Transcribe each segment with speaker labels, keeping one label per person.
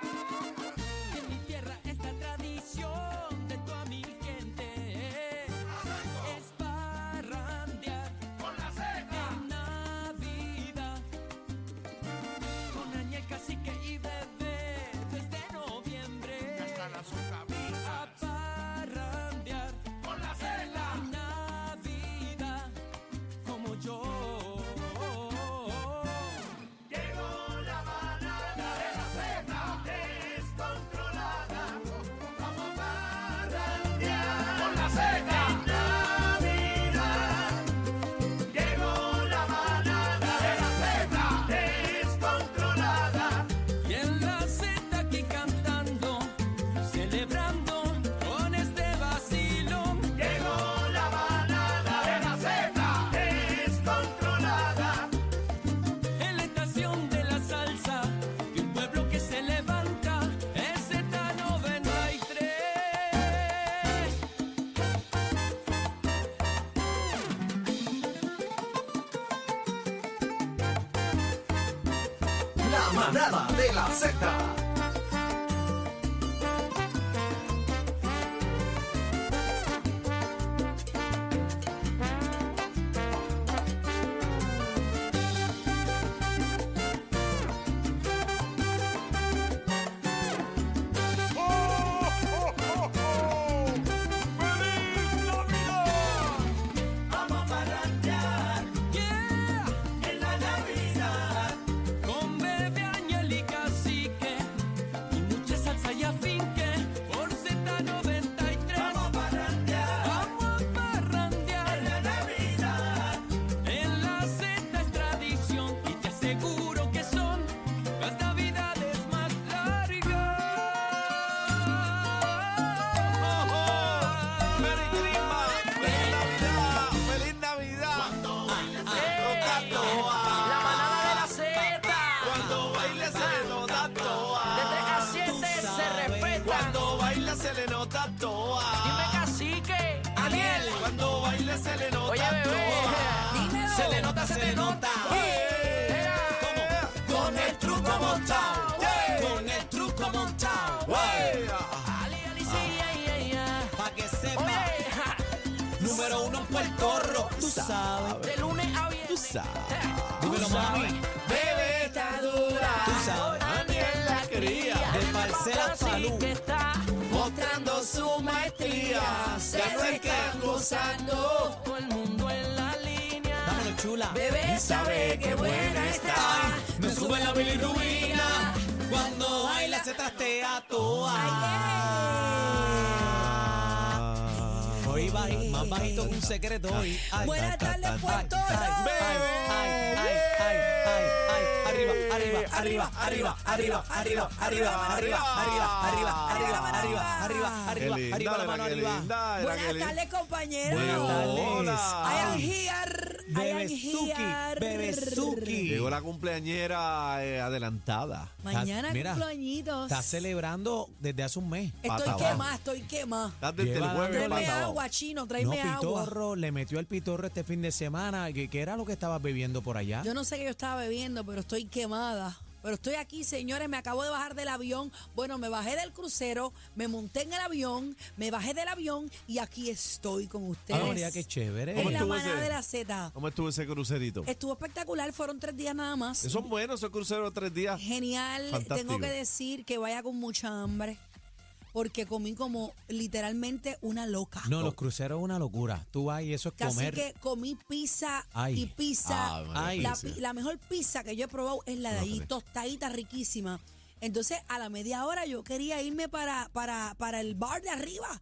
Speaker 1: En mi tierra esta tradición de toda mi gente es parrandear con la seca en Navidad con añel, cacique y bebé desde noviembre hasta las a parrandear con la seca en Navidad como yo llegó la banana de la seca descontrolada vamos a parrandear con la seca en Navidad Llegó la banana de la zeta descontrolada Y en la zeta aquí cantando, celebrando con este vacilón Llegó la banana de la zeta descontrolada En la estación de la salsa de un pueblo que se levanta Es Zeta 93
Speaker 2: La manada de la Z.
Speaker 1: Vamos a parrandear, yeah, en la Navidad Con bebé, añel y cacique Y mucha salsa y afinque Por Z93 Vamos a parrandear, vamos a parrandear En la Navidad En la Z es tradición Y te aseguro que son Las Navidades más largas
Speaker 3: Oh, Merry Christmas, feliz Navidad, feliz Navidad. Cuando baile se lo da toa.
Speaker 1: La manada de la Z
Speaker 3: Cuando baile se lo da
Speaker 1: De 3 a
Speaker 3: toa.
Speaker 1: 7 se respetan.
Speaker 3: Cuando baile se le nota
Speaker 1: Dime
Speaker 3: toa.
Speaker 1: cacique, Aniel.
Speaker 3: Cuando baile se le nota
Speaker 1: Oye, bebé.
Speaker 3: toa.
Speaker 1: Dímelo.
Speaker 3: Se le nota, se le nota. Eh, ¿cómo? Con el truco montado.
Speaker 1: Eh.
Speaker 3: Con el truco montado. Eh.
Speaker 1: Ali, Ali, sí, ay, ay, ay.
Speaker 3: Pa' que sepa.
Speaker 1: Oye, ja,
Speaker 3: Número uno en Puerto Rico. Tú sabes.
Speaker 1: de lunes a
Speaker 3: Tú
Speaker 1: viernes.
Speaker 3: sabes.
Speaker 1: Ja,
Speaker 3: Dímelo,
Speaker 1: tú
Speaker 3: mami.
Speaker 1: sabes.
Speaker 3: Bebé
Speaker 1: Está dura.
Speaker 3: Tú sabes.
Speaker 1: Aniel la cría.
Speaker 3: De Marcela
Speaker 1: Cacique
Speaker 3: Falú.
Speaker 1: está
Speaker 3: Mostrando su maestría.
Speaker 1: se
Speaker 3: Ya
Speaker 1: lo
Speaker 3: sé que
Speaker 1: están gozando. Todo el mundo en la línea.
Speaker 3: Vámonos, chula.
Speaker 1: Bebé
Speaker 3: Y
Speaker 1: sabe que buena está.
Speaker 3: Ay, Me sube la bilirrubina. Cuando baila se trastea
Speaker 4: Ah,
Speaker 3: toa. Hoy va más bajito que un secreto hoy.
Speaker 1: Buenas tardes, Puerto Rico.
Speaker 3: Arriba, arriba, arriba, arriba, arriba, arriba, arriba, arriba, arriba, arriba, arriba, arriba, arriba, arriba, arriba, la mano arriba.
Speaker 5: eh.
Speaker 4: Buenas tardes, compañero.
Speaker 3: Buenas tardes.
Speaker 4: I am here. I am
Speaker 3: Bebezuki,
Speaker 4: here.
Speaker 3: Bebezuki.
Speaker 5: Llegó la cumpleañera eh, adelantada.
Speaker 4: Mañana
Speaker 3: Estás- mira,
Speaker 4: cumpleañitos.
Speaker 3: Está celebrando desde hace un mes.
Speaker 4: Estoy
Speaker 5: pata
Speaker 4: quemada, estoy quemada.
Speaker 5: Estás desde el
Speaker 3: Lleva
Speaker 5: jueves
Speaker 3: dándole
Speaker 4: Tráeme
Speaker 5: pata abajo.
Speaker 4: agua, chino,
Speaker 3: No,
Speaker 4: tráeme agua.
Speaker 3: Pitorro, le metió el Pitorro este fin de semana. ¿Qué, qué era lo que estabas bebiendo por allá?
Speaker 4: Yo no sé qué yo estaba bebiendo, pero estoy quemada. Pero estoy aquí, señores, me acabo de bajar del avión. Bueno, me bajé del crucero, me monté en el avión, me bajé del avión y aquí estoy con ustedes.
Speaker 3: Ah, María, qué chévere.
Speaker 4: En la
Speaker 5: estuvo
Speaker 4: manada
Speaker 5: ese?
Speaker 4: de la Z.
Speaker 5: ¿Cómo estuvo ese crucerito?
Speaker 4: Estuvo espectacular, fueron tres días nada más.
Speaker 5: Son buenos esos cruceros tres días.
Speaker 4: Genial.
Speaker 5: Fantástico.
Speaker 4: Tengo que decir que vaya con mucha hambre porque comí como literalmente una loca.
Speaker 3: No, los cruceros es una locura. Tú vas y eso es
Speaker 4: Casi
Speaker 3: comer.
Speaker 4: que comí pizza
Speaker 3: Ay.
Speaker 4: y pizza.
Speaker 5: Ah, María
Speaker 4: la,
Speaker 5: Patricia.
Speaker 4: pi- la mejor pizza que yo he probado es la de
Speaker 5: No,
Speaker 4: allí,
Speaker 5: Patricia.
Speaker 4: tostadita riquísima. Entonces, a la media hora yo quería irme para, para, para el bar de arriba.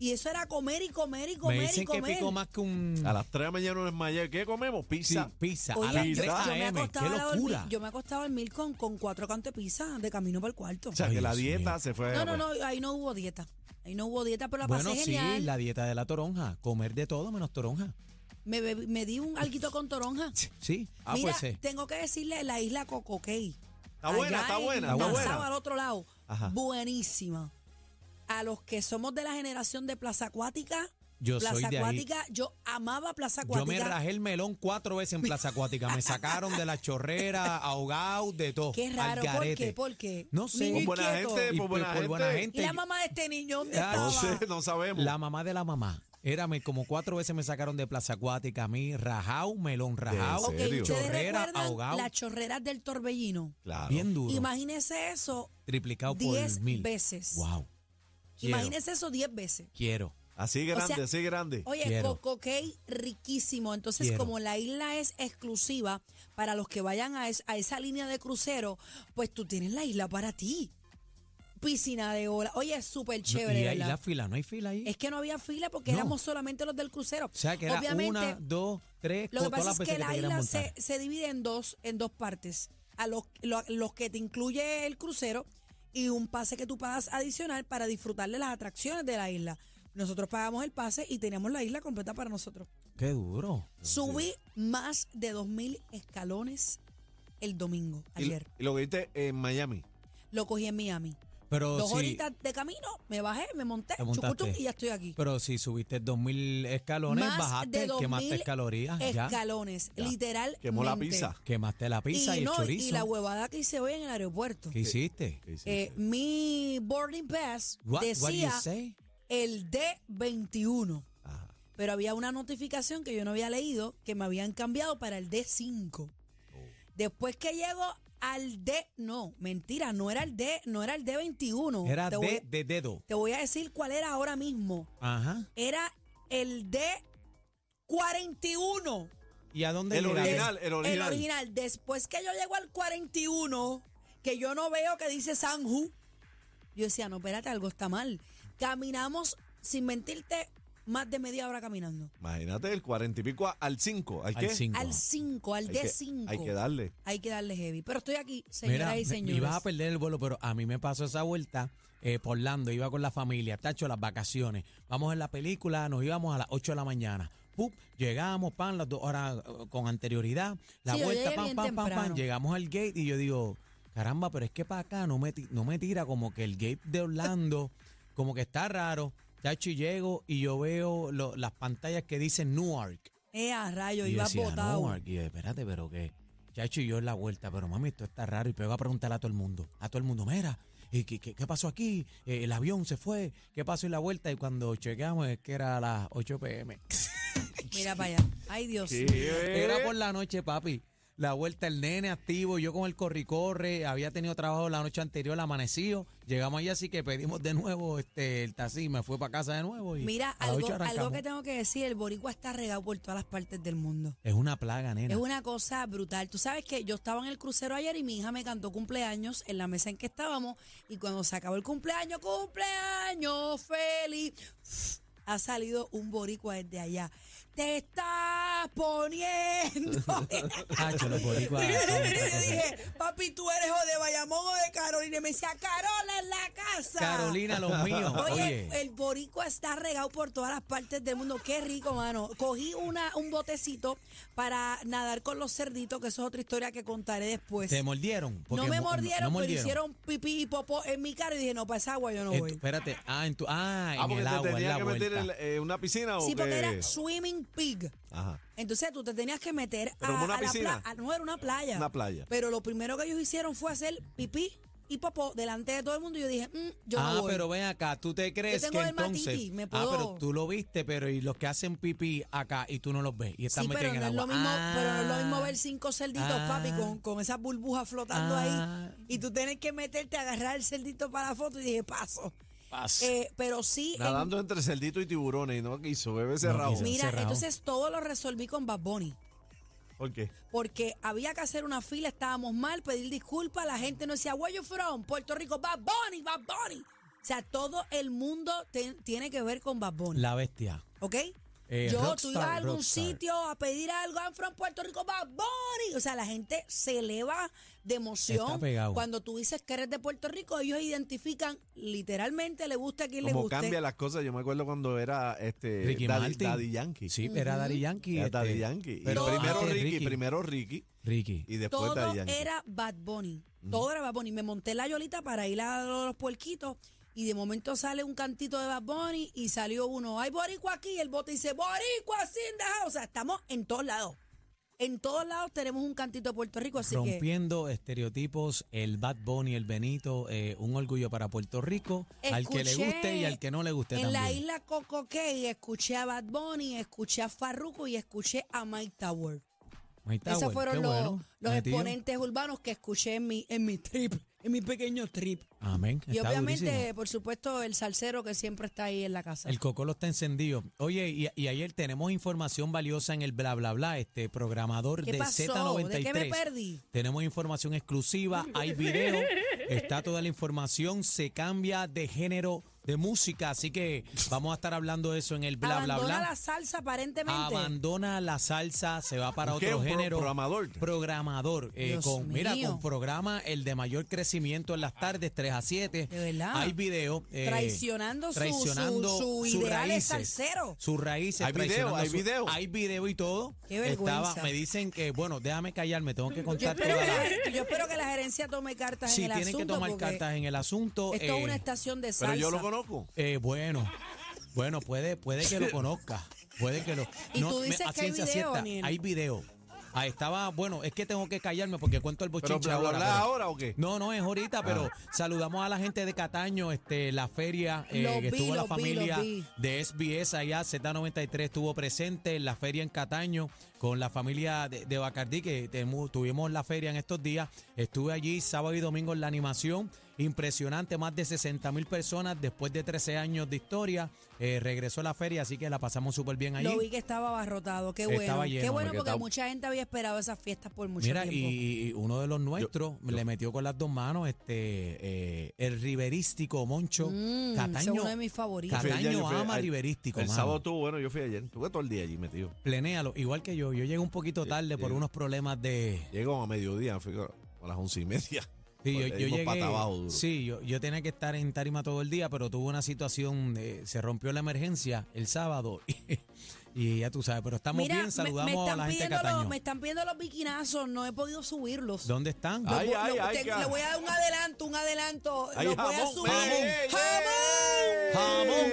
Speaker 4: Y eso era comer y comer y comer
Speaker 3: Me dicen
Speaker 4: y comer.
Speaker 3: que picó más que un...
Speaker 5: A las 3 de la mañana nos desmayé. ¿Qué comemos?
Speaker 3: Sí,
Speaker 5: Pizza.
Speaker 3: pizza.
Speaker 4: Oye,
Speaker 3: a las
Speaker 4: yo-
Speaker 3: 3
Speaker 4: yo, me
Speaker 3: a.m. Qué
Speaker 4: acostaba a dormir,
Speaker 3: locura.
Speaker 4: yo me acostaba a dormir con, con cuatro cantos de pizza de camino para el cuarto.
Speaker 5: O sea, que
Speaker 3: Ay,
Speaker 5: la
Speaker 3: Dios
Speaker 5: dieta
Speaker 3: mío.
Speaker 5: se fue.
Speaker 4: No, no, no, ahí no hubo dieta. Ahí no hubo dieta, pero la
Speaker 3: pues. bueno,
Speaker 4: pasé
Speaker 3: sí,
Speaker 4: genial.
Speaker 3: la dieta de la toronja. Comer de todo menos toronja.
Speaker 4: Me, bebí- me di un alguito con toronja.
Speaker 3: Sí. Ah,
Speaker 4: Mira,
Speaker 3: pues sí.
Speaker 4: tengo que decirle la isla Cocoquey.
Speaker 5: Está buena,
Speaker 4: Allá
Speaker 5: está
Speaker 4: en
Speaker 5: buena, está
Speaker 4: Nassau,
Speaker 5: buena.
Speaker 4: al otro lado.
Speaker 5: Ajá.
Speaker 4: Buenísima. A los que somos de la generación de Plaza Acuática,
Speaker 3: Yo
Speaker 4: Plaza
Speaker 3: soy de ahí.
Speaker 4: Acuática, yo amaba Plaza
Speaker 3: Yo
Speaker 4: Acuática.
Speaker 3: me rajé el melón cuatro veces en Plaza Acuática. Me sacaron de la chorrera, ahogado, de todo.
Speaker 4: Qué
Speaker 3: al
Speaker 4: raro, ¿por
Speaker 3: garete.
Speaker 4: qué? ¿Por qué?
Speaker 3: No sé.
Speaker 4: Niño
Speaker 5: Por buena
Speaker 4: inquieto.
Speaker 5: gente,
Speaker 3: Y
Speaker 5: por buena gente.
Speaker 4: Y la mamá de este niño, ¿dónde
Speaker 3: Ah,
Speaker 4: estaba?
Speaker 5: No sé, no sabemos.
Speaker 3: La mamá de la mamá. Era me- como cuatro veces me sacaron de Plaza Acuática a mí, rajao, melón rajao,
Speaker 4: Ok,
Speaker 5: ¿En serio?
Speaker 4: ¿ustedes
Speaker 3: chorrera,
Speaker 4: recuerdan
Speaker 3: ahogado,
Speaker 4: las chorreras del torbellino?
Speaker 5: Claro.
Speaker 3: bien duro,
Speaker 4: Imagínese eso,
Speaker 3: triplicado por
Speaker 4: 10
Speaker 3: mil.
Speaker 4: veces.
Speaker 3: Wow, Quiero.
Speaker 4: imagínese eso 10 veces.
Speaker 3: quiero.
Speaker 5: Así grande,
Speaker 4: sea,
Speaker 5: así grande.
Speaker 4: Oye,
Speaker 3: Quiero.
Speaker 4: Coco Cay, riquísimo. Entonces,
Speaker 3: Quiero.
Speaker 4: como la isla es exclusiva para los que vayan a, es- a esa línea de crucero, pues tú tienes la isla para ti. Piscina de ola. Oye, es súper
Speaker 3: No,
Speaker 4: chévere,
Speaker 3: y, ahí
Speaker 4: ¿verdad?
Speaker 3: la fila, no hay fila ahí.
Speaker 4: Es que no había fila porque
Speaker 3: No.
Speaker 4: éramos solamente los del crucero.
Speaker 3: o sea que era
Speaker 4: Obviamente,
Speaker 3: una, dos, tres,
Speaker 4: lo que
Speaker 3: co- todas
Speaker 4: pasa
Speaker 3: las
Speaker 4: es
Speaker 3: veces
Speaker 4: que
Speaker 3: que,
Speaker 4: la
Speaker 3: te quieran
Speaker 4: isla
Speaker 3: montar.
Speaker 4: se, se divide en dos, en dos partes. A los, lo- los que te incluye el crucero y un pase que tú pagas adicional para disfrutar de las atracciones de la isla. Nosotros pagamos el pase y teníamos la isla completa para nosotros.
Speaker 3: Qué duro.
Speaker 4: Subí más de 2.000 escalones el domingo,
Speaker 5: Y-
Speaker 4: ayer.
Speaker 5: Y, lo que viste en Miami.
Speaker 4: Lo cogí en Miami.
Speaker 3: Pero
Speaker 4: Dos
Speaker 3: si,
Speaker 4: horitas de camino, me bajé, me monté,
Speaker 3: Oh, Te montaste.
Speaker 4: chucutum, y ya estoy aquí.
Speaker 3: Pero si subiste dos mil escalones,
Speaker 4: Más de
Speaker 3: bajaste,
Speaker 4: 2.000
Speaker 3: quemaste calorías, ya.
Speaker 4: escalones, literal.
Speaker 5: Quemó la pizza.
Speaker 3: Quemaste la pizza y,
Speaker 4: y, no,
Speaker 3: el chorizo.
Speaker 4: y la huevada que hice hoy en el aeropuerto.
Speaker 3: ¿Qué hiciste?
Speaker 4: Eh, mi boarding pass
Speaker 3: What, what do you
Speaker 4: decía
Speaker 3: say?
Speaker 4: el D21,
Speaker 5: Ajá.
Speaker 4: pero había una notificación que yo no había leído que me habían cambiado para el D5.
Speaker 3: Oh.
Speaker 4: Después que llego al D, no, mentira, no era el D, no era el D21.
Speaker 3: Era
Speaker 4: te,
Speaker 3: de,
Speaker 4: voy,
Speaker 3: de dedo.
Speaker 4: te voy a decir cuál era ahora mismo.
Speaker 3: Ajá.
Speaker 4: Era el D41.
Speaker 3: ¿Y a dónde
Speaker 5: El
Speaker 3: llegaste?
Speaker 5: original, el original.
Speaker 4: El original. Después que yo llego al 41, que yo no veo que dice Sanju, yo decía, no, espérate, algo está mal. Caminamos, sin mentirte, más de media hora caminando.
Speaker 5: Imagínate del 40 y pico a- al 5. ¿Al
Speaker 3: Al
Speaker 5: qué?
Speaker 3: cinco.
Speaker 4: Al 5, al
Speaker 5: Hay que-
Speaker 4: D5.
Speaker 5: hay que darle.
Speaker 4: Hay que darle heavy. Pero estoy aquí, señoras
Speaker 3: Mira,
Speaker 4: y
Speaker 3: me- me
Speaker 4: señores.
Speaker 3: ibas a perder el vuelo, pero a mí me pasó esa vuelta eh, por Orlando, iba con la familia, tacho, las vacaciones. Vamos en la película, nos íbamos a las 8 de la mañana. Pup, llegamos, pan, las dos horas eh, con anterioridad. La
Speaker 4: Sí, yo
Speaker 3: vuelta,
Speaker 4: llegué
Speaker 3: pan,
Speaker 4: bien
Speaker 3: pan, pan, pan.
Speaker 4: temprano.
Speaker 3: Llegamos al gate y yo digo, caramba, pero es que para acá no me, ti- no me tira como que el gate de Orlando, como que está raro. Tacho, y llego y yo veo lo- las pantallas que dicen Newark.
Speaker 4: Eh, a rayo,
Speaker 3: Y yo
Speaker 4: iba
Speaker 3: decía,
Speaker 4: botado.
Speaker 3: "No, aquí, espérate, pero que. Chacho y yo en la vuelta, pero mami, esto está raro. Y pego a preguntarle a todo el mundo. A todo el mundo, mira, ¿y qué, qué- qué pasó aquí? Eh, el avión se fue. ¿Qué pasó en la vuelta? Y cuando chequeamos es que era a las 8 pm.
Speaker 4: Mira para allá. Ay, Dios. mío.
Speaker 3: Era por la noche, papi. La vuelta, el nene activo, yo con el corricorre, había tenido trabajo la noche anterior, amanecido. Llegamos allá, así que pedimos de nuevo este, el taxi, me fue para casa de nuevo. Y
Speaker 4: Mira,
Speaker 3: a las
Speaker 4: algo,
Speaker 3: 8
Speaker 4: algo
Speaker 3: arrancamos.
Speaker 4: que tengo que decir, el boricua está regado por todas las partes del mundo.
Speaker 3: Es una plaga, nena.
Speaker 4: Es una cosa brutal. Tú sabes que yo estaba en el crucero ayer y mi hija me cantó cumpleaños en la mesa en que estábamos y cuando se acabó el cumpleaños, cumpleaños feliz, ha salido un boricua desde allá. Te estás poniendo.
Speaker 3: Chacho, los boricuas son otra
Speaker 4: yo
Speaker 3: cosa.
Speaker 4: dije, papi, tú eres o de Bayamón o de Carolina. Y me decía, Carola en la casa.
Speaker 3: Carolina, los míos.
Speaker 4: Oye,
Speaker 3: Oye,
Speaker 4: el boricua está regado por todas las partes del mundo. Qué rico, mano. Cogí una, un botecito para nadar con los cerditos, que eso es otra historia que contaré después.
Speaker 3: te mordieron.
Speaker 4: No
Speaker 3: porque
Speaker 4: me
Speaker 3: mo-
Speaker 4: mordieron,
Speaker 3: no
Speaker 4: pero hicieron pipí y popó en mi cara y dije, no, para esa agua yo no
Speaker 3: En tu-
Speaker 4: voy.
Speaker 3: espérate, ah, en tu, ah,
Speaker 5: Ah,
Speaker 3: en
Speaker 5: porque
Speaker 3: el
Speaker 5: te
Speaker 3: agua, en
Speaker 5: tenías
Speaker 3: la
Speaker 5: que
Speaker 3: vuelta.
Speaker 5: meter en la- eh, una piscina o
Speaker 4: Sí, porque
Speaker 5: qué?
Speaker 4: era swimming pig.
Speaker 5: Ajá.
Speaker 4: Entonces tú te tenías que meter
Speaker 5: Pero
Speaker 4: a,
Speaker 5: como una
Speaker 4: a la
Speaker 5: piscina.
Speaker 4: playa. No, era una playa.
Speaker 5: Una playa.
Speaker 4: Pero lo primero que ellos hicieron fue hacer pipí y popó delante de todo el mundo y yo dije, mm, yo
Speaker 3: ah,
Speaker 4: no voy.
Speaker 3: pero ven acá, tú te crees
Speaker 4: tengo
Speaker 3: que
Speaker 4: dermatitis,
Speaker 3: entonces.
Speaker 4: me
Speaker 3: Ah,
Speaker 4: puedo-
Speaker 3: pero tú lo viste, pero y los que hacen pipí acá y tú no los ves y están
Speaker 4: Sí, pero
Speaker 3: metidos en
Speaker 4: no,
Speaker 3: el
Speaker 4: es lo
Speaker 3: agua.
Speaker 4: mismo,
Speaker 3: Ah,
Speaker 4: pero no es lo mismo ver cinco cerditos, papi,
Speaker 3: ah,
Speaker 4: con, con esas burbujas flotando
Speaker 3: ah.
Speaker 4: ahí. Y tú tienes que meterte a agarrar el cerdito para la foto y dije, paso.
Speaker 3: Paso.
Speaker 4: Eh, pero sí, en-
Speaker 5: Nadando entre celdito y tiburones y no quiso, bebé cerrado.
Speaker 3: quiso.
Speaker 4: mira,
Speaker 3: Cerrado.
Speaker 4: entonces todo lo resolví con Bad Bunny.
Speaker 5: ¿Por qué?
Speaker 4: porque había que hacer una fila, estábamos mal, pedir disculpas, la gente no decía, where you from, Puerto Rico, Bad Bunny, Bad Bunny. O sea, todo el mundo te- tiene que ver con Bad Bunny,
Speaker 3: La bestia.
Speaker 4: ¿ok?
Speaker 3: Eh,
Speaker 4: Yo, tú
Speaker 3: rockstar,
Speaker 4: ibas a algún
Speaker 3: rockstar.
Speaker 4: sitio a pedir algo, I'm from Puerto Rico, Bad Bunny. O sea, la gente se eleva de emoción.
Speaker 3: Está pegado.
Speaker 4: Cuando tú dices que eres de Puerto Rico, ellos identifican literalmente, le gusta a quien le
Speaker 5: Como
Speaker 4: guste.
Speaker 5: cambia las cosas. Yo me acuerdo cuando era este
Speaker 3: Ricky
Speaker 5: Daddy,
Speaker 3: Martin.
Speaker 5: Daddy Yankee.
Speaker 3: Sí, era Daddy Yankee.
Speaker 5: Era
Speaker 3: este,
Speaker 5: Daddy Yankee. Y
Speaker 3: pero
Speaker 5: primero
Speaker 3: antes
Speaker 5: Ricky, primero Ricky
Speaker 3: Ricky.
Speaker 5: y después
Speaker 4: todo
Speaker 5: Daddy Yankee.
Speaker 4: era Bad Bunny. Todo era Bad Bunny. Me monté la yolita para ir a lo de los puerquitos y de momento sale un cantito de Bad Bunny y salió uno, hay boricua aquí, y el bote dice, boricua sin dejar. O sea, estamos en todos lados. En todos lados tenemos un cantito de Puerto Rico, así que...
Speaker 3: Rompiendo estereotipos, el Bad Bunny, el Benito, eh, un orgullo para Puerto Rico, al que le
Speaker 4: Escuché
Speaker 3: guste y al que no le guste
Speaker 4: en la
Speaker 3: también.
Speaker 4: isla Cocoquey escuché a Bad Bunny, escuché a Farruko y escuché a Mike Tower.
Speaker 3: Ahí está,
Speaker 4: Esos
Speaker 3: güey,
Speaker 4: fueron
Speaker 3: qué
Speaker 4: los,
Speaker 3: bueno,
Speaker 4: los
Speaker 3: metido.
Speaker 4: exponentes urbanos que escuché en mi, en mi trip, en mi pequeño trip.
Speaker 3: Amén.
Speaker 4: Y
Speaker 3: está
Speaker 4: obviamente,
Speaker 3: durísimo.
Speaker 4: por supuesto, el salsero que siempre está ahí en la casa.
Speaker 3: El cocolo está encendido. Oye, y, y ayer tenemos información valiosa en el bla bla bla, este programador
Speaker 4: ¿Qué
Speaker 3: de
Speaker 4: pasó?
Speaker 3: Z93.
Speaker 4: ¿De qué me perdí?
Speaker 3: Tenemos información exclusiva, hay video, está toda la información, se cambia de género de música, así que vamos a estar hablando de eso en el bla
Speaker 4: Abandona
Speaker 3: bla bla.
Speaker 4: la salsa aparentemente.
Speaker 3: Abandona la salsa, se va para
Speaker 5: ¿Qué?
Speaker 3: otro
Speaker 5: ¿Un pro-
Speaker 3: género.
Speaker 5: programador?
Speaker 3: Programador. eh,
Speaker 4: Dios
Speaker 3: con, Mira,
Speaker 4: mío.
Speaker 3: con programa el de mayor crecimiento en las tardes, 3 a 7.
Speaker 4: De verdad.
Speaker 3: Hay video. eh,
Speaker 4: Traicionando su-
Speaker 3: traicionando
Speaker 4: su- su
Speaker 3: sus
Speaker 4: ideal de
Speaker 3: raíces,
Speaker 4: salsero.
Speaker 3: Sus raíces.
Speaker 5: Hay video,
Speaker 3: traicionando
Speaker 5: hay
Speaker 3: su-
Speaker 5: video.
Speaker 3: Hay video y todo.
Speaker 4: Qué vergüenza.
Speaker 3: Estaba- me dicen que, bueno, déjame callarme, tengo que
Speaker 4: yo,
Speaker 3: contar
Speaker 4: espero
Speaker 3: toda
Speaker 4: que
Speaker 3: la-
Speaker 4: la, yo espero que la gerencia tome cartas
Speaker 3: Sí,
Speaker 4: en el
Speaker 3: tienen
Speaker 4: asunto.
Speaker 3: que tomar
Speaker 4: porque
Speaker 3: cartas en el asunto.
Speaker 4: Esto es
Speaker 3: eh,
Speaker 4: una estación de salsa.
Speaker 5: Pero yo lo conozco.
Speaker 3: eh, bueno, bueno, puede, puede que lo conozca. Puede que lo.
Speaker 4: Y tú dices
Speaker 3: a
Speaker 4: que hay
Speaker 3: ciencia
Speaker 4: video,
Speaker 3: cierta,
Speaker 4: Daniel.
Speaker 3: Hay video. Ah, estaba, bueno, es que tengo que callarme porque cuento el bochinche
Speaker 5: Pero bla, bla,
Speaker 3: ahora.
Speaker 5: bla,
Speaker 3: pero-
Speaker 5: ahora o qué?
Speaker 3: No, no, es
Speaker 4: Ah.
Speaker 3: ahorita, pero saludamos a la gente de Cataño, este, la feria eh,
Speaker 4: Lo
Speaker 3: que
Speaker 4: vi,
Speaker 3: estuvo
Speaker 4: lo
Speaker 3: la
Speaker 4: vi,
Speaker 3: familia
Speaker 4: lo vi.
Speaker 3: de SBS allá, Z93 estuvo presente en la feria en Cataño con la familia de, de Bacardí, que temu- tuvimos la feria en estos días. Estuve allí sábado y domingo en la animación. Impresionante, más de 60 mil personas después de 13 años de historia. eh, regresó a la feria, así que la pasamos súper bien allí.
Speaker 4: Lo vi que estaba abarrotado. Qué
Speaker 3: Estaba
Speaker 4: bueno.
Speaker 3: lleno,
Speaker 4: Qué bueno
Speaker 3: porque
Speaker 4: porque
Speaker 5: estaba-
Speaker 4: mucha gente había esperado esas fiestas por mucho
Speaker 3: Mira,
Speaker 4: tiempo.
Speaker 3: y, y uno de los nuestros le metió con las dos manos este eh, el riverístico Moncho
Speaker 4: Mm, ese
Speaker 3: Cataño.
Speaker 4: es uno de mis favoritos.
Speaker 5: Yo fui
Speaker 3: Cataño
Speaker 5: ayer, yo fui
Speaker 3: ama
Speaker 5: ayer.
Speaker 3: riverístico,
Speaker 5: El
Speaker 3: mano.
Speaker 5: sábado estuvo bueno, yo fui ayer. Estuve todo el día allí metido.
Speaker 3: Plenéalo, igual que yo. Yo llegué un poquito tarde por
Speaker 5: sí.
Speaker 3: unos problemas de.
Speaker 5: Llegó a mediodía, fui a las once y media. Pues
Speaker 3: Sí, yo,
Speaker 5: Le
Speaker 3: yo
Speaker 5: dimos
Speaker 3: llegué.
Speaker 5: pata abajo duro.
Speaker 3: Sí, yo, yo tenía que estar en tarima todo el día, pero tuve una situación. de- se rompió la emergencia el sábado. Y, ya tú sabes, pero estamos
Speaker 4: Mira,
Speaker 3: bien.
Speaker 4: me-
Speaker 3: Saludamos
Speaker 4: me,
Speaker 3: a
Speaker 4: están
Speaker 3: la gente de
Speaker 4: pidiendo los-
Speaker 3: Cataño.
Speaker 4: me están pidiendo los biquinazos. No he podido subirlos.
Speaker 3: ¿Dónde están?
Speaker 5: Ay,
Speaker 4: Lo-
Speaker 5: ay,
Speaker 4: lo-
Speaker 5: ay,
Speaker 4: te-
Speaker 5: que-
Speaker 4: le voy a dar un adelanto, un adelanto.
Speaker 5: Ay,
Speaker 4: lo voy a
Speaker 5: jamón,
Speaker 4: subir.
Speaker 5: ey, ey.
Speaker 4: ¡Jamón!
Speaker 3: ¡Jamón!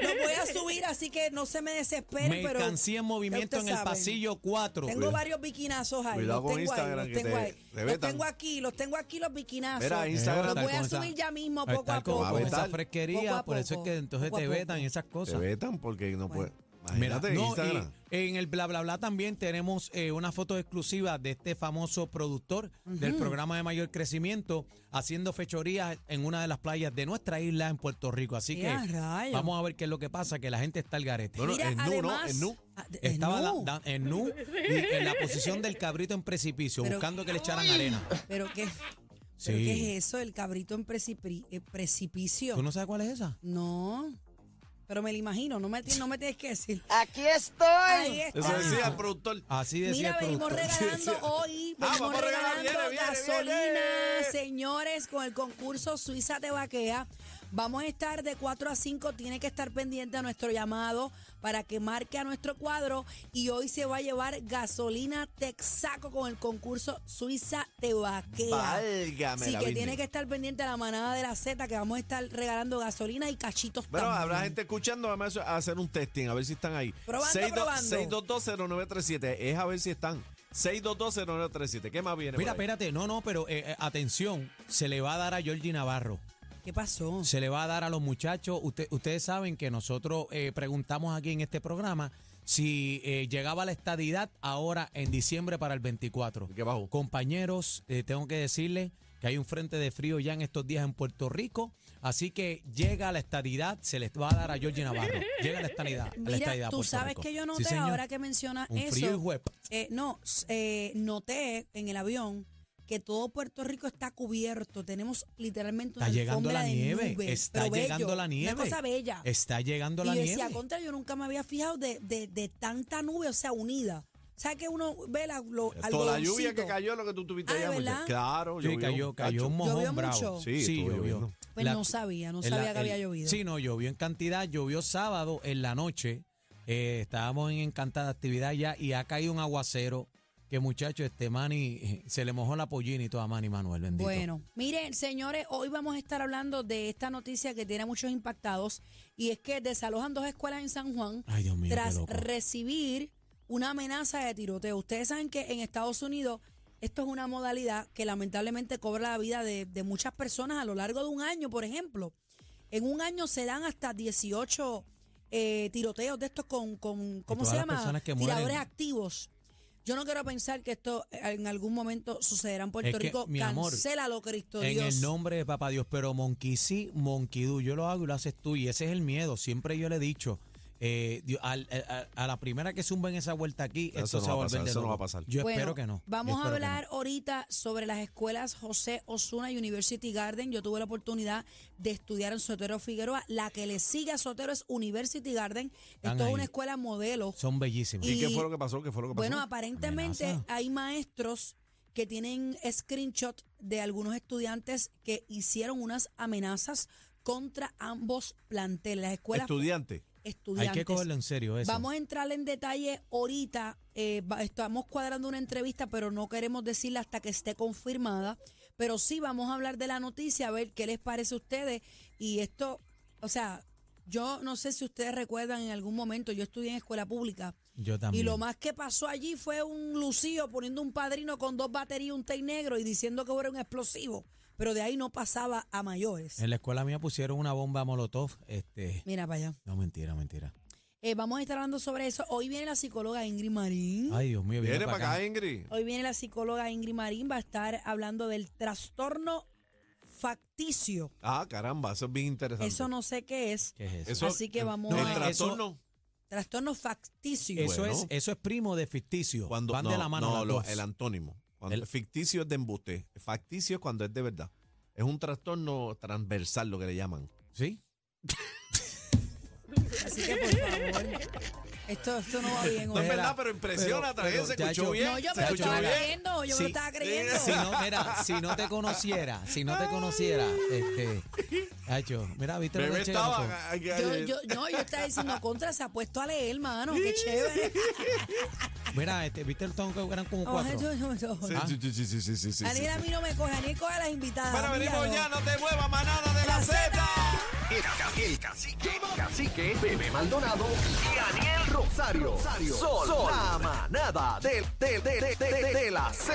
Speaker 4: Lo voy a subir, así que no se me desesperen. pero
Speaker 3: Mercancía en
Speaker 4: ya
Speaker 3: movimiento en
Speaker 4: ustedes
Speaker 3: el
Speaker 4: saben.
Speaker 3: pasillo 4.
Speaker 4: Tengo varios biquinazos ahí.
Speaker 5: Cuidado
Speaker 4: los
Speaker 5: con
Speaker 4: tengo
Speaker 5: Instagram,
Speaker 4: ahí,
Speaker 5: que
Speaker 4: los tengo
Speaker 5: te-
Speaker 4: ahí.
Speaker 5: te
Speaker 4: los
Speaker 5: vetan.
Speaker 4: tengo aquí, los tengo aquí, los biquinazos.
Speaker 5: Mira, Instagram.
Speaker 4: Los voy
Speaker 3: Con
Speaker 4: a
Speaker 3: esa-
Speaker 4: subir ya mismo,
Speaker 3: Ahí
Speaker 4: poco a
Speaker 3: está, con-
Speaker 4: poco.
Speaker 3: Con esa
Speaker 5: Vetar.
Speaker 4: Poco
Speaker 3: fresquería,
Speaker 4: a
Speaker 3: por eso es
Speaker 4: poco,
Speaker 3: que entonces
Speaker 4: poco a
Speaker 3: te
Speaker 4: poco.
Speaker 3: vetan esas
Speaker 5: Se
Speaker 3: cosas.
Speaker 5: vetan porque no
Speaker 4: Bueno.
Speaker 5: puede.
Speaker 3: Mira,
Speaker 5: Imagínate
Speaker 3: no, y
Speaker 5: Instagram.
Speaker 3: en el bla bla bla también tenemos eh, una foto exclusiva de este famoso productor del programa de mayor crecimiento haciendo fechorías en una de las playas de nuestra isla en Puerto Rico. Así que
Speaker 4: ¡Ea, rayos!
Speaker 3: vamos a ver qué es lo que pasa, que la gente está al garete.
Speaker 5: No, no,
Speaker 4: Mira,
Speaker 5: es nu, ¿no?
Speaker 4: además,
Speaker 5: Es nu.
Speaker 4: ah, de- es
Speaker 3: Estaba
Speaker 4: nu.
Speaker 3: la- da- en nu y en la posición del cabrito en precipicio,
Speaker 4: Pero-
Speaker 3: buscando que le echaran arena.
Speaker 4: Pero qué,
Speaker 3: Sí.
Speaker 4: pero qué es eso, el cabrito en precipri- eh, precipicio.
Speaker 3: ¿Tú no sabes cuál es esa?
Speaker 4: No, pero me lo imagino, no me, ti- no me tienes que decir.
Speaker 6: Aquí estoy.
Speaker 4: Ahí está.
Speaker 5: Eso decía el productor.
Speaker 3: Así decía
Speaker 4: Mira,
Speaker 3: el
Speaker 4: venimos
Speaker 3: productor.
Speaker 4: regalando
Speaker 5: Sí, sí.
Speaker 4: hoy,
Speaker 5: Ah,
Speaker 4: venimos
Speaker 5: vamos a regalar,
Speaker 4: regalando
Speaker 5: viene, viene,
Speaker 4: gasolina,
Speaker 5: viene.
Speaker 4: señores, con el concurso Suiza te vaquea. Vamos a estar de 4 a 5, tiene que estar pendiente a nuestro llamado para que marque a nuestro cuadro y hoy se va a llevar gasolina Texaco con el concurso Suiza te vaquea.
Speaker 5: Válgame
Speaker 4: Así
Speaker 5: la
Speaker 4: que
Speaker 5: Britney.
Speaker 4: tiene que estar pendiente a la manada de la Z que vamos a estar regalando gasolina y cachitos
Speaker 5: Bueno,
Speaker 4: también.
Speaker 5: habrá gente escuchando, además a hacer un testing, a ver si están ahí.
Speaker 4: Probando,
Speaker 5: 62-
Speaker 4: probando.
Speaker 5: 6220937, es a ver si están. 6220937, ¿qué más viene?
Speaker 3: Mira,
Speaker 5: por ahí?
Speaker 3: espérate, no, no, pero eh, eh, atención, se le va a dar a Georgie Navarro.
Speaker 4: ¿Qué pasó?
Speaker 3: se le va a dar a los muchachos. Usted- ustedes saben que nosotros eh, preguntamos aquí en este programa si eh, llegaba la estadidad ahora en diciembre para el 24.
Speaker 5: ¿Qué bajó?
Speaker 3: Compañeros, eh, tengo que decirle que hay un frente de frío ya en estos días en Puerto Rico. Así que llega la estadidad, se les va a dar a Georgie Navarro. Llega la estadidad. a la estadidad
Speaker 4: Mira,
Speaker 3: a
Speaker 4: tú
Speaker 3: Puerto
Speaker 4: sabes
Speaker 3: Rico.
Speaker 4: que yo
Speaker 3: Sí,
Speaker 4: noté
Speaker 3: señor.
Speaker 4: ahora que mencionas
Speaker 3: Un
Speaker 4: eso.
Speaker 3: frío y huep.
Speaker 4: Eh, no, s- eh, noté en el avión que todo Puerto Rico está cubierto. Tenemos literalmente una
Speaker 3: Está llegando
Speaker 4: alfombra
Speaker 3: la
Speaker 4: de
Speaker 3: nieve,
Speaker 4: nubes,
Speaker 3: está
Speaker 4: pero
Speaker 3: llegando
Speaker 4: bello,
Speaker 3: la nieve.
Speaker 4: Una cosa bella.
Speaker 3: Está llegando
Speaker 4: y
Speaker 3: la
Speaker 4: yo
Speaker 3: nieve.
Speaker 4: decía, contra, yo nunca me había fijado de, de- de tanta nube, o sea, unida. O sea, que uno ve la, lo,
Speaker 5: Toda la lluvia que
Speaker 4: algodoncito.
Speaker 5: cayó lo que tú tuviste
Speaker 4: Ah,
Speaker 5: allá.
Speaker 4: ¿verdad?
Speaker 5: muchacho. Claro,
Speaker 3: Sí,
Speaker 5: llovió,
Speaker 3: cayó, cayó
Speaker 5: muchacho.
Speaker 3: un mojón
Speaker 4: ¿Llovió
Speaker 3: bravo.
Speaker 4: mucho?
Speaker 5: Sí, estuvo lloviendo.
Speaker 4: Pues no sabía, no
Speaker 3: en la-
Speaker 4: sabía que había
Speaker 3: en-
Speaker 4: llovido.
Speaker 3: Sí, no, llovió en cantidad, llovió sábado en la noche. eh, estábamos en encantada actividad ya y ha caído un aguacero que muchacho, este Manny, eh, se le mojó la pollina y toda Manny Manuel, bendito.
Speaker 4: Bueno, miren, señores, hoy vamos a estar hablando de esta noticia que tiene a muchos impactados y es que desalojan dos escuelas en San Juan
Speaker 3: Ay, Dios mío, qué
Speaker 4: tras
Speaker 3: loco.
Speaker 4: recibir una amenaza de tiroteo. Ustedes saben que en Estados Unidos esto es una modalidad que lamentablemente cobra la vida de, de muchas personas a lo largo de un año, por ejemplo. En un año se dan hasta 18 eh, tiroteos de estos con, con ¿cómo
Speaker 3: todas
Speaker 4: se
Speaker 3: las
Speaker 4: llama?
Speaker 3: personas que mueren.
Speaker 4: Tiradores activos. Yo no quiero pensar que esto eh, en algún momento sucederá en Puerto
Speaker 3: Es que,
Speaker 4: Rico.
Speaker 3: mi amor,
Speaker 4: Cancélalo, Cristo
Speaker 3: En
Speaker 4: Dios.
Speaker 3: el nombre de papá Dios, pero Monkey sí, Monkey do, yo lo hago y lo haces tú y ese es el miedo, siempre yo le he dicho. eh, di- al- a, a- a la primera que zumba en esa vuelta aquí,
Speaker 5: Eso
Speaker 3: esto
Speaker 5: no
Speaker 3: se va a
Speaker 5: va a
Speaker 3: volver
Speaker 5: pasar,
Speaker 3: de
Speaker 5: eso no
Speaker 3: loco.
Speaker 5: va a pasar.
Speaker 3: Yo
Speaker 4: Bueno,
Speaker 3: espero que no. yo
Speaker 4: Vamos a
Speaker 3: espero que no.
Speaker 4: hablar ahorita sobre las escuelas José Osuna y University Garden. Yo tuve la oportunidad de estudiar en Sotero Figueroa. La que le sigue a Sotero es University Garden.
Speaker 3: Están
Speaker 4: Esto es
Speaker 3: ahí.
Speaker 4: una escuela modelo.
Speaker 3: Son bellísimos.
Speaker 5: ¿Y,
Speaker 4: Y-
Speaker 5: qué fue lo que pasó? ¿Qué fue lo que pasó?
Speaker 4: Bueno, aparentemente
Speaker 3: Amenaza.
Speaker 4: hay maestros que tienen screenshot de algunos estudiantes que hicieron unas amenazas contra ambos planteles, las escuelas
Speaker 5: Estudiante.
Speaker 3: Hay
Speaker 4: estudiantes.
Speaker 3: que cogerlo en serio eso.
Speaker 4: Vamos a entrar en detalle ahorita. eh, va- estamos cuadrando una entrevista, pero no queremos decirla hasta que esté confirmada. Pero sí vamos a hablar de la noticia, a ver qué les parece a ustedes. Y esto, o sea, yo no sé si ustedes recuerdan en algún momento, yo estudié en escuela pública.
Speaker 3: yo también.
Speaker 4: Y lo más que pasó allí fue un lucío poniendo un padrino con dos baterías, un té negro y diciendo que era un explosivo. Pero de ahí no pasaba a mayores.
Speaker 3: En la escuela mía pusieron una bomba molotov. Este,
Speaker 4: Mira para allá.
Speaker 3: no, mentira, mentira.
Speaker 4: Eh, vamos a estar hablando sobre eso. Hoy viene la psicóloga Ingrid Marín.
Speaker 3: Ay, Dios mío, viene
Speaker 5: Viene
Speaker 3: pa'
Speaker 5: para acá, eh. Ingrid.
Speaker 4: Hoy viene la psicóloga Ingrid Marín, va a estar hablando del trastorno facticio.
Speaker 5: Ah, caramba, eso es bien interesante.
Speaker 4: Eso no sé qué es.
Speaker 3: ¿Qué es eso?
Speaker 5: Eso-
Speaker 4: Así que vamos
Speaker 3: no,
Speaker 5: El
Speaker 3: eh,
Speaker 4: a...
Speaker 3: eso-
Speaker 5: trastorno.
Speaker 4: Trastorno facticio.
Speaker 3: Eso,
Speaker 5: Bueno.
Speaker 3: es, eso es primo de ficticio.
Speaker 5: cuando
Speaker 3: Van
Speaker 5: no,
Speaker 3: de la mano
Speaker 5: no,
Speaker 3: las
Speaker 5: lo-
Speaker 3: dos.
Speaker 5: el antónimo. Cuando-
Speaker 3: El-
Speaker 5: ficticio es de embuste, facticio es cuando es de verdad. Es un trastorno transversal lo que le llaman.
Speaker 3: ¿Sí?
Speaker 4: Así que, por favor, esto, esto no va bien
Speaker 5: No
Speaker 4: hoy.
Speaker 5: es
Speaker 3: Mira,
Speaker 5: verdad, pero impresiona,
Speaker 3: pero-
Speaker 5: también se
Speaker 3: pero,
Speaker 5: escuchó
Speaker 3: chacho,
Speaker 5: bien.
Speaker 4: No, yo
Speaker 5: se
Speaker 4: me lo
Speaker 5: escuchó
Speaker 4: estaba
Speaker 3: bien.
Speaker 4: creyendo, yo me
Speaker 3: Sí.
Speaker 4: lo estaba creyendo.
Speaker 3: Si no, mira, si no te conociera, si no te conociera, este, Hacho, mira, viste lo
Speaker 5: Bebé
Speaker 3: de pues. Che,
Speaker 5: estaba.
Speaker 3: loco?
Speaker 5: ay, ay,
Speaker 4: Yo,
Speaker 5: ay.
Speaker 4: yo, no, yo estaba diciendo contra, se ha puesto a leer, mano, qué chévere.
Speaker 3: Mira, este, viste el tonto que eran como
Speaker 4: Ay,
Speaker 3: cuatro.
Speaker 4: yo- yo- yo-
Speaker 5: Sí,
Speaker 3: Ah.
Speaker 5: sí, sí, sí, sí, sí, sí, sí.
Speaker 4: Daniel a mí no me coge, Daniel coge a las invitadas.
Speaker 5: Bueno,
Speaker 4: a mí
Speaker 5: venimos
Speaker 4: no.
Speaker 5: ya, no te muevas, manada de la
Speaker 4: La Zeta.
Speaker 5: Z.
Speaker 2: El, ca- el cacique, cacique, Bebé Maldonado y Daniel Rosario. Sol, la manada del- de, de, de, de, de la Z.